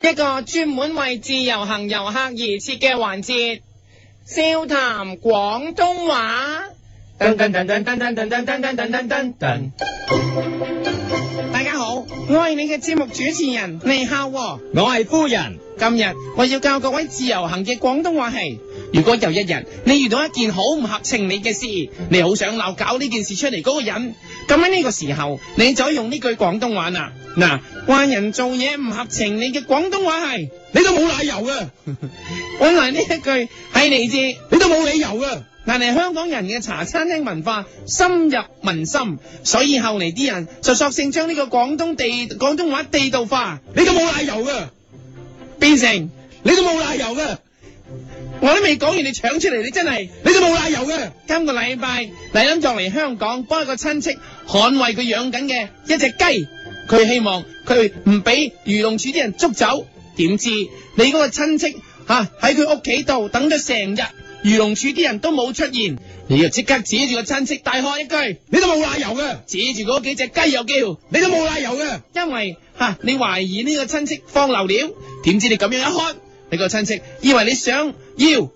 一個專門為自由行遊客而設嘅環節，笑談廣東話。噔噔噔噔噔噔噔噔噔噔噔噔噔，大家好，我係你嘅節目主持人，你好喎。我係夫人。今日我要教各位自由行嘅廣東話係：如果有一日你遇到一件好唔合情理嘅事，你好想鬧搞呢件事出嚟嗰個人，咁喺呢個時候你就可以用呢句廣東話啦。嗱，話人做嘢唔合情理嘅廣東話係，你都冇奶油嘅，本來呢一句係嚟自。你都冇理由嘅。但係香港人嘅茶餐廳文化深入民心，所以後嚟啲人就索性將呢個廣東地廣東話地道化，你都冇奶油嘅，變成你都冇奶油嘅，我都未講完，你搶出嚟，你真係你都冇奶油嘅。今個禮拜黎諗作嚟香港幫一個親戚捍衛佢養緊嘅一隻雞，佢希望佢唔俾漁農處啲人捉走，點知你嗰個親戚吓喺佢屋企度等咗成日，漁農處啲人都冇出現，你就即刻指住個親戚大喝一句，你都冇奶油嘅，指住嗰幾隻雞又叫。你都冇奶油嘅，因為吓、你懷疑呢個親戚放流料，點知你咁樣一開，你個親戚以為你想要，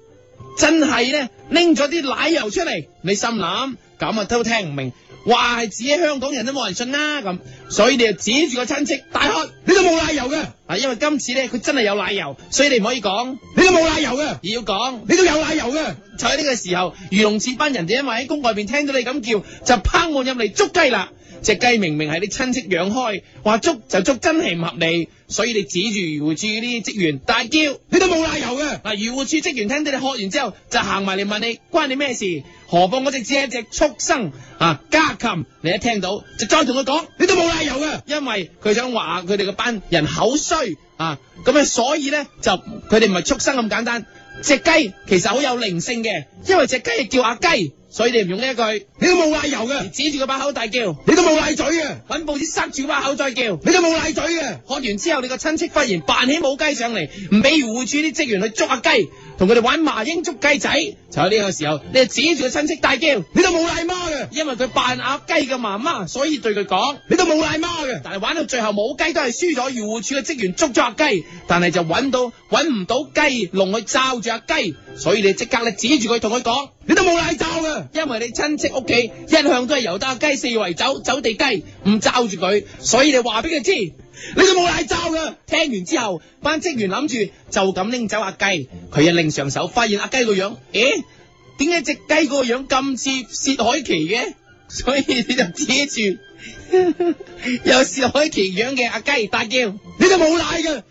真係咧拎咗啲奶油出嚟，你心諗咁啊都聽唔明，話係自己香港人都冇人信啦咁，所以你就指住個親戚大喝你都冇奶油嘅，啊！因為今次咧佢真係有奶油，所以你唔可以講，你都冇奶油嘅，而要講。你都有奶油嘅，就喺呢個時候，漁農處班人就因為喺宮外邊聽到你咁叫，就拋門入嚟捉雞啦。只雞明明係你親戚養開，話捉就捉，真係唔合理，所以你指住漁護處啲職員大叫。你都冇奶油嘅，嗱，漁護處職員聽到你喝完之後，就行埋嚟問你關你咩事？何況嗰隻只係一隻畜生啊，家禽。你一聽到就再同佢講，你都冇奶油嘅，因為佢想話佢哋個班人口衰啊，咁啊，所以咧就佢哋唔係畜生咁簡單。隻雞其實好有靈性嘅，因為隻雞係叫阿雞，所以你唔用呢一句，你都冇奶油而嘅，指住佢把口大叫，你都冇奶嘴嘅，揾報紙塞住把口再叫。你都冇奶嘴嘅，喝完之後，你個親戚忽然扮起母雞上嚟，唔俾漁護處啲職員去捉阿雞，同佢哋玩麻鷹捉雞仔。就喺呢個時候，你就指住個親戚大叫，你都冇奶媽嘅，因為佢扮阿雞嘅媽媽，所以對佢講。你都冇奶媽嘅，但係玩到最後母雞都係輸咗，漁護處嘅職員捉咗阿雞，但係就揾到揾唔到雞籠去罩住阿雞，所以你即刻咧指住佢同佢講，你都冇奶罩嘅，因為你親戚屋企一向都係由得阿雞四圍走，走地雞唔罩住佢，所以你話俾佢知。你都冇奶罩嘅，聽完之後，班職員諗住就咁拎走阿雞，佢一拎上手，發現阿雞個樣，咦？點解隻雞嗰個樣咁似薛凱琪嘅？所以你就指住 有薛凱琪樣嘅阿雞大叫，因你都冇奶嘅，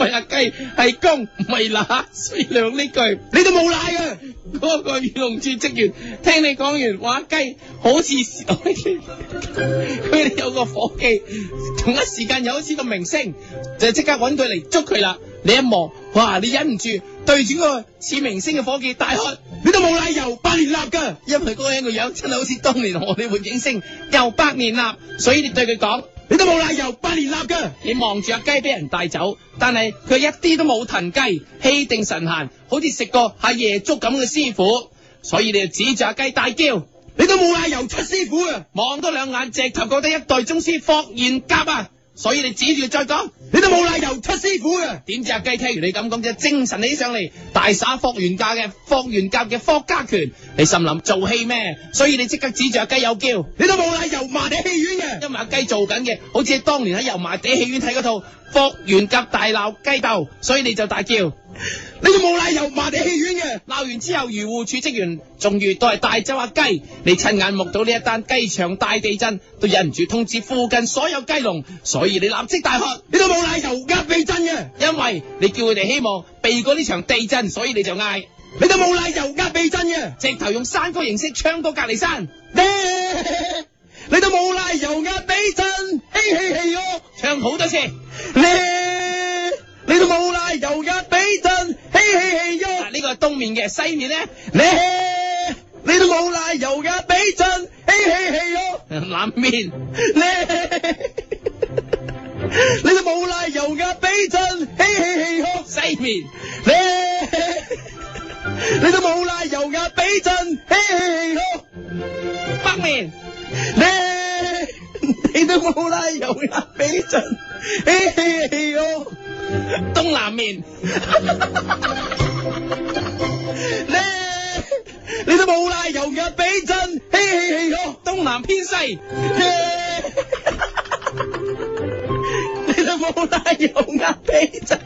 為阿雞係公唔係乸，所以你用呢句。你都冇奶啊嘅，嗰個漁農處職員聽你講完話雞好似 時代劇，佢哋有個伙計，同一時間又好似個明星，就即刻揾佢嚟捉佢啦。你一望，哇！你忍唔住對住嗰個似明星嘅伙計大喝，你都冇奶油八年立嘅，因為嗰個人個樣真係好似當年荷里活影星又百年立，所以你對佢講。你都冇奶油八年立嘅，你望住阿雞俾人帶走，但係佢一啲都冇騰雞，氣定神閒，好似食過下夜粥咁嘅師傅，所以你就指住阿雞大叫，你都冇奶油七師傅嘅，望多兩眼，直頭覺得一代宗師霍元甲啊！所以你指住佢再講，你都冇奶油七師傅嘅，點知阿雞聽完你咁講就精神起上嚟，大耍霍元甲嘅霍元甲嘅霍家拳，你心諗做戲咩？所以你即刻指住阿雞又叫。你都冇奶油麻地戲院嘅。因為阿雞做緊嘅，好似當年喺油麻地戲院睇嗰套《霍元甲大鬧雞鬥》，所以你就大叫。你都冇奶油麻地戲院嘅，鬧完之後，漁護處職員仲遇到係帶走阿雞，你親眼目睹呢一單雞場大地震，都忍唔住通知附近所有雞籠，所以你立即大喝，你都冇奶油鴨味真嘅，因為你叫佢哋希望避過呢場地震，所以你就嗌，你都冇奶油鴨味真嘅，直頭用山歌形式唱到隔離山，咧你都冇奶油鴨味真，嘿嘿嘿哦，唱好多次。咧你都冇奶油鴨味真，嘿嘿嘿嗱，喲，呢個係東面嘅，西面咧咧你都冇奶油鴨味真，嘿嘿嘿喲，南面。咧你都冇奶油鴨味真，嘿嘿嘿喲。西面，你 你都冇奶油鴨俾陣，嘿嘿北 嘿面，你你都冇奶油鴨俾陣，嘿嘿嘿哦，東南面。你你都冇奶油嘅俾真，嘿嘿嘿呵。東南偏西， 你都冇奶油鴨髀真，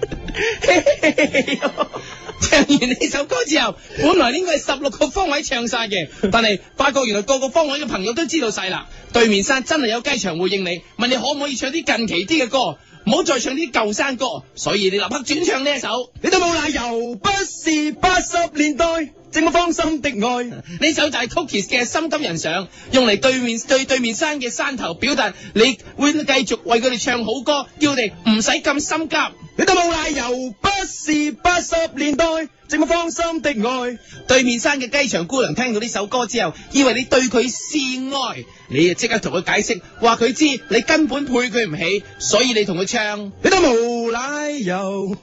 唱完呢首歌之後，本來應該係十六個方位唱晒嘅，但係發覺原來個個方位嘅朋友都知道晒啦。對面山真係有雞場回應你，問你可唔可以唱啲近期啲嘅歌，唔好再唱啲舊山歌，所以你立刻轉唱呢一首。你都冇奶油，不是八十年代這麼芳心的愛。呢首就係 Cookies 嘅《心急人上》，用嚟對面對對面山嘅山頭表達，你會繼續為佢哋唱好歌，叫你唔使咁心急。你都冇奶油，不是八十年代這麼芳心的愛。對面山嘅雞場姑娘聽到呢首歌之後，以為你對佢示愛，你就即刻同佢解釋，話佢知你根本配佢唔起，所以你同佢唱。你都冇奶油，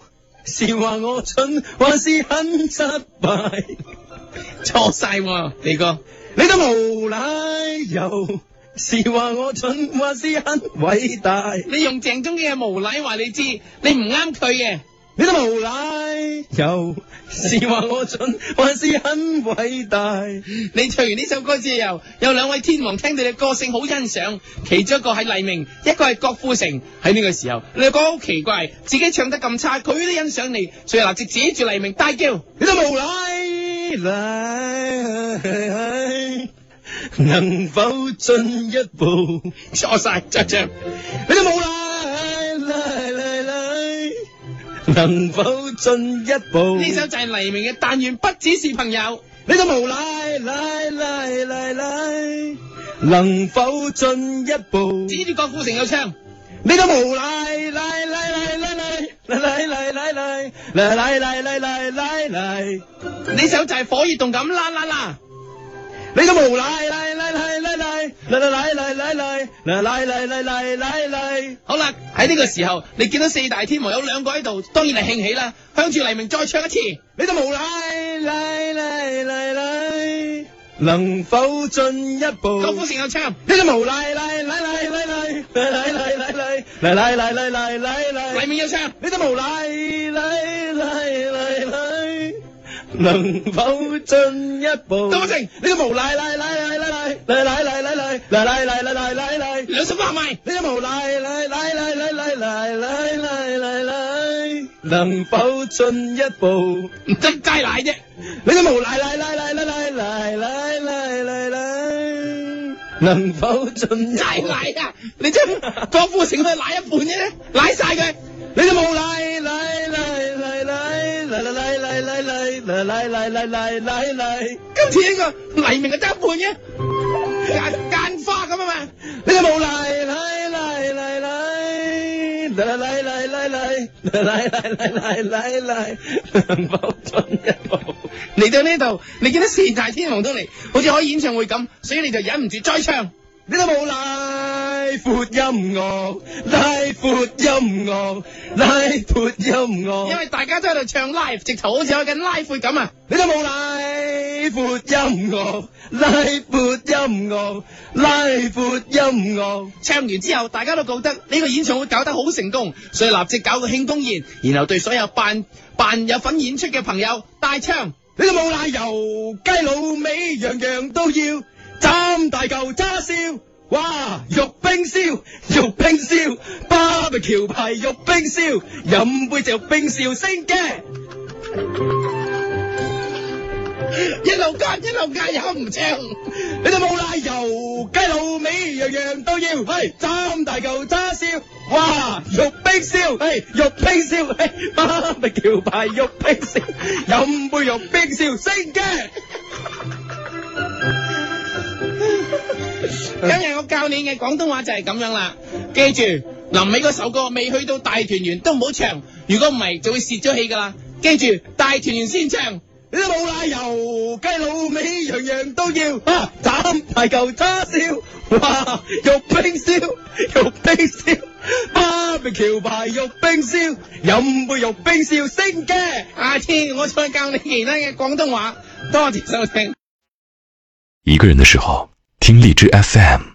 是話我蠢，還是很失敗？錯晒喎，你個你都無奶油，是話我蠢，還是很偉大？你用鄭中基嘅無禮話你知，你唔啱佢嘅。你都無奶油，是話我蠢，還是很偉大？你唱完呢首歌之後，有兩位天王聽到你歌聲好欣賞，其中一個係黎明，一個係郭富城。喺呢個時候，你覺得好奇怪，自己唱得咁差，佢都欣賞你，所以立即指住黎明大叫。你都無奶奶，能否進一步？錯晒，再唱。你都冇奶奶奶奶，能否進一步？呢首就係黎明嘅《但願不只是朋友》。你都無賴賴賴賴賴，能否進一步？指住郭富城又唱，你都無賴賴賴賴賴賴賴賴賴賴賴賴賴賴賴賴賴，呢首就係火熱動感啦啦啦。你都無賴賴賴賴賴賴賴賴賴賴賴賴賴賴賴賴賴賴，好啦，喺呢個時候，你見到四大天王有兩個喺度，當然係興起啦。向住黎明再唱一次，你都無賴賴賴賴賴，能否進一步？郭富城又唱，你都無賴賴賴賴賴賴賴賴賴賴賴賴賴賴賴賴賴。黎明又唱，你都無賴賴賴賴賴，能否進一步？郭富城你都無賴賴賴賴賴賴賴賴賴賴賴賴賴賴賴賴賴，兩手拍埋，你都無賴賴賴賴賴賴賴賴賴賴賴，能否進一步？唔得齋奶啫。你都無賴賴賴賴賴賴賴賴賴賴賴，能否進一齋步？奶啊！你將郭富城去奶一半啫，奶晒佢。你都冇賴賴賴賴賴賴賴賴賴賴賴賴賴賴賴賴賴，今次呢個黎明就得一半啫，間間花咁啊嘛。你都冇賴賴賴賴賴賴賴賴賴賴賴賴賴賴賴賴，能否進一步？嚟到呢度，你見到四大天王都嚟，好似開演唱會咁，所以你就忍唔住再唱。你都冇拉闊音樂，拉闊音樂，拉闊音因樂，為大家都喺度唱 live，直頭好似有緊 live 咁啊！你都冇拉闊音樂，拉闊音樂，拉闊音樂。唱完之後，大家都覺得呢個演唱會搞得好成功，所以立即搞個慶功宴，然後對所有扮扮有份演出嘅朋友大唱。你都冇奶油，雞老味樣樣都要，斬大嚿叉燒，哇！肉冰燒，肉冰燒，巴比橋牌肉冰燒，飲杯就冰燒升嘅。一路間一路間又唔唱，你都冇奶油，雞老味樣樣都要，嘿！斬大嚿叉燒，哇！肉冰燒，嘿！肉冰燒，嘿！巴比橋牌肉冰燒，飲杯肉冰燒升嘅。今日我教你嘅廣東話就係咁樣啦。記住，臨尾嗰首歌未去到大團圓都唔好唱，如果唔係就會蝕咗氣㗎啦。記住，大團圓先唱。你都冇奶油，雞老味樣樣都要啊！斬大嚿叉燒，哇！肉冰燒，肉冰燒，巴比橋牌肉冰燒，飲杯肉冰燒升嘅。下次我再教你其他嘅廣東話。多謝收聽。一个人的时候，听荔枝 FM。